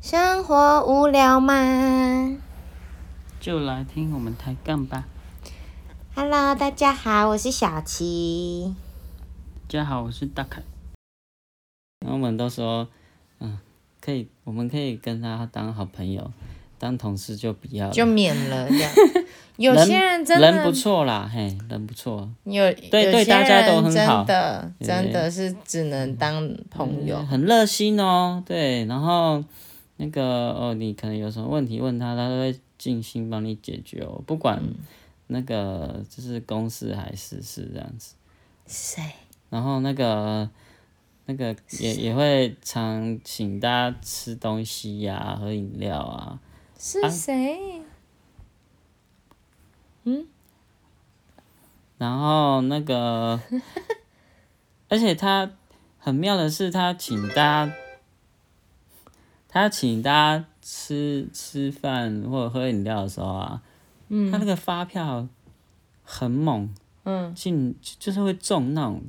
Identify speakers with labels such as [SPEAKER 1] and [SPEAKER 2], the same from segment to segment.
[SPEAKER 1] 生活无聊吗
[SPEAKER 2] 就来听我们抬杠吧。
[SPEAKER 1] ？Hello，大家好，我是小琪。
[SPEAKER 2] 大家好，我是大凯。那我们都说，嗯，可以，我们可以跟他当好朋友，当同事就不要了。
[SPEAKER 3] 就免了这 样。有
[SPEAKER 2] 人
[SPEAKER 3] 些人真
[SPEAKER 2] 人
[SPEAKER 3] 的
[SPEAKER 2] 不错啦，嘿，人不错，
[SPEAKER 3] 有，
[SPEAKER 2] 对
[SPEAKER 3] 有
[SPEAKER 2] 对
[SPEAKER 3] 些
[SPEAKER 2] 大家都
[SPEAKER 3] 人
[SPEAKER 2] 很
[SPEAKER 3] 真
[SPEAKER 2] 好
[SPEAKER 3] 的
[SPEAKER 2] 对
[SPEAKER 3] 真的是只能当朋友
[SPEAKER 2] 嗯。很热心哦。对，然后那个哦，你可能有什么问题问他，他都会尽心帮你解决哦，不管
[SPEAKER 3] 嗯
[SPEAKER 2] 那个就是公事还是事这样子。
[SPEAKER 3] 谁？
[SPEAKER 2] 然后那个那个也也会常请大家吃东西呀、喝饮料啊。
[SPEAKER 3] 是谁？
[SPEAKER 2] 然后那个， 而且他很妙的是，他请大家，他请大家吃吃饭或者喝饮料的时候啊，嗯，他那个发票很猛，嗯，进就是会中那种，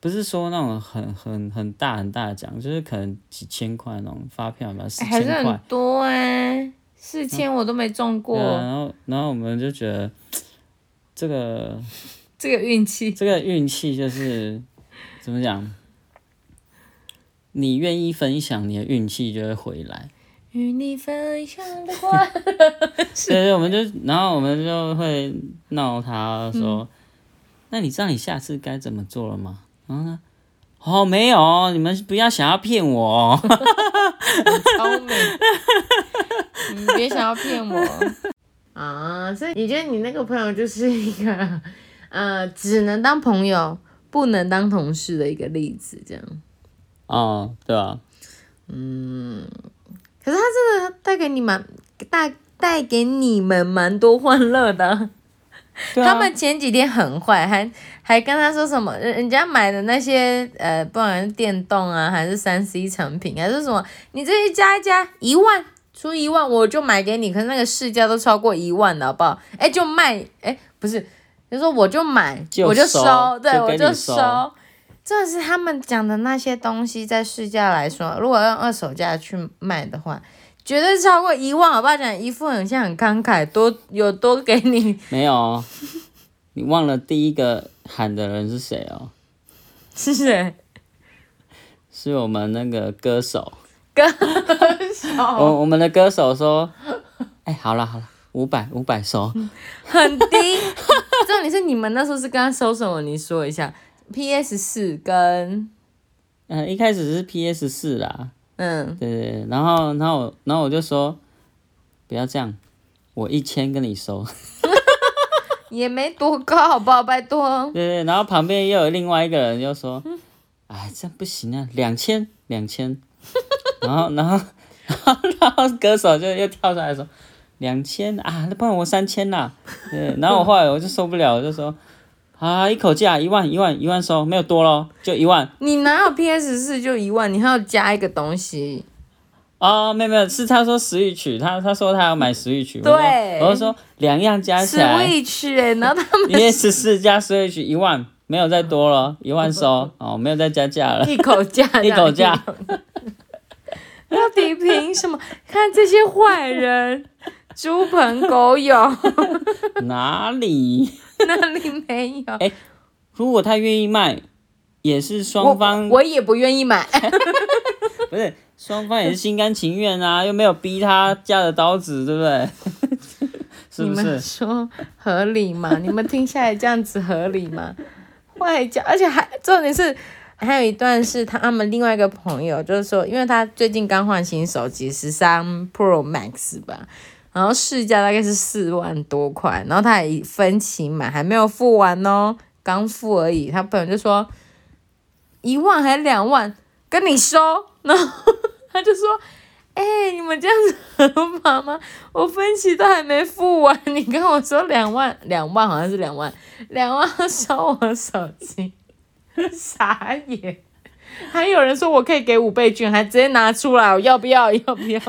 [SPEAKER 2] 不是说那种很很很大很大的奖，就是可能几千块那种发票吧，四
[SPEAKER 3] 哎还
[SPEAKER 2] 千
[SPEAKER 3] 是
[SPEAKER 2] 块
[SPEAKER 3] 很，多哎，四千我都没中
[SPEAKER 2] 对啊，
[SPEAKER 3] 过，
[SPEAKER 2] 然后然后我们就觉得这个。
[SPEAKER 3] 这个运气。
[SPEAKER 2] 这个运气就是怎么讲？你愿意分享，你的运气就会回来。
[SPEAKER 3] 与你分享的快，
[SPEAKER 2] 所以我们就，然后我们就会闹他
[SPEAKER 3] 嗯
[SPEAKER 2] 说：“那你知道你下次该怎么做了吗？”然后呢？哦，没有，你们不要想要骗我 哦。
[SPEAKER 3] 超美。你别想要骗我啊！所以你觉得你那个朋友就是一个呃，只能当朋友，不能当同事的一个例子，这样。
[SPEAKER 2] 哦，对啊，
[SPEAKER 3] 可是他真的带给你蛮带带给你们蛮多欢乐的啊。
[SPEAKER 2] 对啊
[SPEAKER 3] 他们前几天很坏，还还跟他说什么，人人家买的那些呃，不管是电动啊，还是三 C 产品，还是什么，你这一加一加一万。出一万我就买给你，可是那个市价都超过一万了，好不好？哎、就卖，哎、不是，就说我就买，
[SPEAKER 2] 就
[SPEAKER 3] 我就
[SPEAKER 2] 收
[SPEAKER 3] 对
[SPEAKER 2] 就
[SPEAKER 3] 我
[SPEAKER 2] 跟
[SPEAKER 3] 就
[SPEAKER 2] 你收
[SPEAKER 3] 收。这是他们讲的那些东西，在市价来说，如果用二手价去卖的话，绝对超过一万，好不好？讲一副很像很慷慨，多有多给你
[SPEAKER 2] 没有哦。你忘了第一个喊的人是谁哦？
[SPEAKER 3] 是谁？
[SPEAKER 2] 是我们那个歌手。
[SPEAKER 3] 歌手
[SPEAKER 2] 我我们的歌手说：“ 哎、好了好了，五百五百收。”
[SPEAKER 3] 很低。 重点是你们那时候是跟他收什么？你说一下。PS 四跟
[SPEAKER 2] 嗯、一开始是 PS 四啦，
[SPEAKER 3] 嗯，
[SPEAKER 2] 对对对，然后然后我然后我就说，不要这样，我一千跟你收，
[SPEAKER 3] 也没多高，好不好？拜托
[SPEAKER 2] 对，对，然后旁边又有另外一个人就说，哎，这样不行啊，两千两千， 然后然后 然后然后歌手就又跳出来说，两千啊，那不然我三千啦，对，然后我后来我就受不了，我就说，啊，一口价一万一万一万收，没有多咯，就一万。
[SPEAKER 3] 你哪有 PS 四就一万？你还要加一个东西，
[SPEAKER 2] 哦，没有没有，是他说食欲曲，他他说他要买食欲曲，我说
[SPEAKER 3] 对
[SPEAKER 2] 我就说两样加起来
[SPEAKER 3] Switch 哎、然后他们
[SPEAKER 2] ，ES 十四加 Switch 一万，没有再多了，一 万收哦，没有再加价了，
[SPEAKER 3] 一口价，
[SPEAKER 2] 一口价，
[SPEAKER 3] 到底凭什么？看这些坏人，猪朋狗友，
[SPEAKER 2] 哪里？
[SPEAKER 3] 那里没
[SPEAKER 2] 哎
[SPEAKER 3] 有。
[SPEAKER 2] 如果他愿意卖，也是
[SPEAKER 3] 我
[SPEAKER 2] 双方
[SPEAKER 3] 我也不愿意买，
[SPEAKER 2] 不是双方也是心甘情愿啊，又没有逼他架着刀子，对不对？ 是
[SPEAKER 3] 你
[SPEAKER 2] 不
[SPEAKER 3] 们
[SPEAKER 2] 是？
[SPEAKER 3] 说合理吗？ 你们听下来这样子合理吗？外交，而且还重点是，还有一段是他们另外一个朋友，就是说，因为他最近刚换新手机，十三 Pro Max 吧，然后市价大概是四万多块，然后他还分期买，还没有付完哦，刚付而已。他朋友就说一万还两万，跟你收，然后 他就说。哎、你们这样子合法吗？我分期都还没付完，你跟我说两万，两万好像是两万，两万收我手机， 傻眼。还有人说我可以给五倍券，还直接拿出来，我要不要？要不要？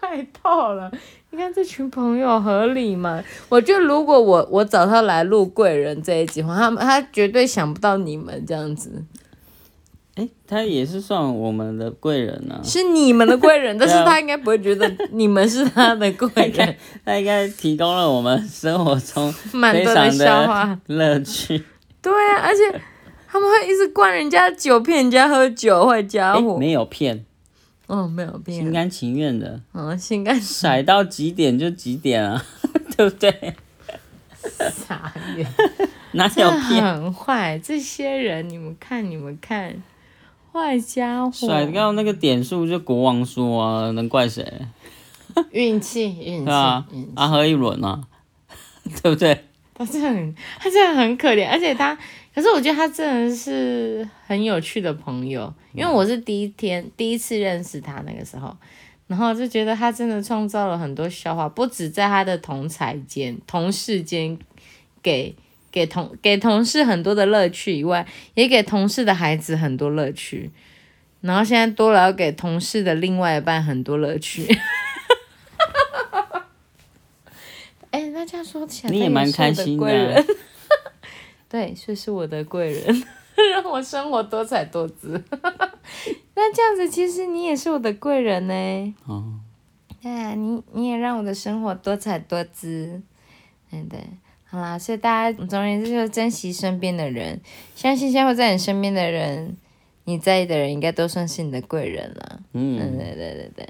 [SPEAKER 3] 坏透了！你看这群朋友合理吗？我觉得如果我我找
[SPEAKER 2] 哦
[SPEAKER 3] 他来录贵人这一集的话，他们他绝对想不到你们这样子。
[SPEAKER 2] 哎、他也是算我们的贵人啊 呢、
[SPEAKER 3] 是你们的贵人，但是
[SPEAKER 2] 对啊
[SPEAKER 3] 他应该不会觉得你们是他的贵
[SPEAKER 2] 他应
[SPEAKER 3] 人
[SPEAKER 2] 该，他应该提供了我们生活中
[SPEAKER 3] 蛮
[SPEAKER 2] 非
[SPEAKER 3] 多
[SPEAKER 2] 常
[SPEAKER 3] 笑话
[SPEAKER 2] 的。乐趣。
[SPEAKER 3] 对啊， 而且他们会一直灌人家酒，骗人家喝酒，坏家
[SPEAKER 2] 哎、
[SPEAKER 3] 伙。
[SPEAKER 2] 没有骗，
[SPEAKER 3] 哦，没有病
[SPEAKER 2] 心
[SPEAKER 3] 啊。
[SPEAKER 2] 甘情愿的，
[SPEAKER 3] 嗯，性感
[SPEAKER 2] 甩到几点就几点啊， 对不对？
[SPEAKER 3] 傻眼，
[SPEAKER 2] 哪有
[SPEAKER 3] 真的
[SPEAKER 2] 骗？
[SPEAKER 3] 很坏。这些人，你们看，你们看，坏家伙。
[SPEAKER 2] 甩到那个点数就国王输啊，能怪谁？
[SPEAKER 3] 运气，运气
[SPEAKER 2] 对吧，
[SPEAKER 3] 运气。？
[SPEAKER 2] 啊，喝一轮啊， 对不对？
[SPEAKER 3] 他真的很， 他真的很可怜，而且他，可是我觉得他真的是很有趣的朋友，因为
[SPEAKER 2] 嗯
[SPEAKER 3] 我是第一天第一次认识他那个时候，然后就觉得他真的创造了很多笑话，不止在他的同才间、同事间给给同给同事很多的乐趣以外，也给同事的孩子很多乐趣，然后现在多了要给同事的另外一半很多乐趣。 哎、那这样说起来，
[SPEAKER 2] 你也
[SPEAKER 3] 他
[SPEAKER 2] 蛮
[SPEAKER 3] 是我
[SPEAKER 2] 开
[SPEAKER 3] 的
[SPEAKER 2] 心的
[SPEAKER 3] 贵
[SPEAKER 2] 啊
[SPEAKER 3] 人。对，所以是我的贵人， 让我生活多彩多姿。 那这样子，其实你也是我的贵人呢。
[SPEAKER 2] 哦，
[SPEAKER 3] 对啊，你你也让我的生活多彩多姿。嗯对对，好啦，所以大家总而言之就是珍惜身边的人，相信现在会在你身边的人，你在意的人，应该都算是你的贵人了。
[SPEAKER 2] 嗯，
[SPEAKER 3] 对对对对，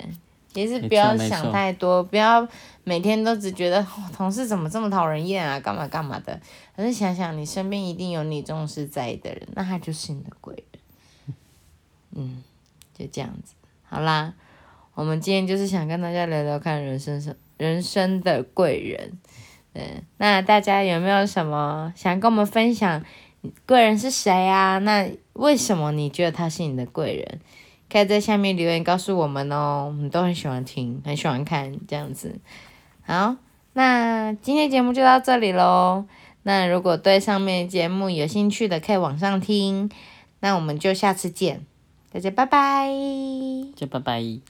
[SPEAKER 3] 其实
[SPEAKER 2] 没
[SPEAKER 3] 不要
[SPEAKER 2] 错没
[SPEAKER 3] 想
[SPEAKER 2] 错
[SPEAKER 3] 太多，不要每天都只觉得、哦、同事怎么这么讨人厌啊，干嘛干嘛的。可是想想你身边一定有你重视在意的人，那他就是你的贵人。嗯，就这样子，好啦，我们今天就是想跟大家聊聊看人生什人生的贵人。对，那大家有没有什么想跟我们分享？贵人是谁啊？那为什么你觉得他是你的贵人？可以在下面留言告诉我们哦，我们都很喜欢听，很喜欢看这样子。好，那今天节目就到这里喽。那如果对上面节目有兴趣的，可以往上听。那我们就下次见，大家拜拜。
[SPEAKER 2] 就拜拜。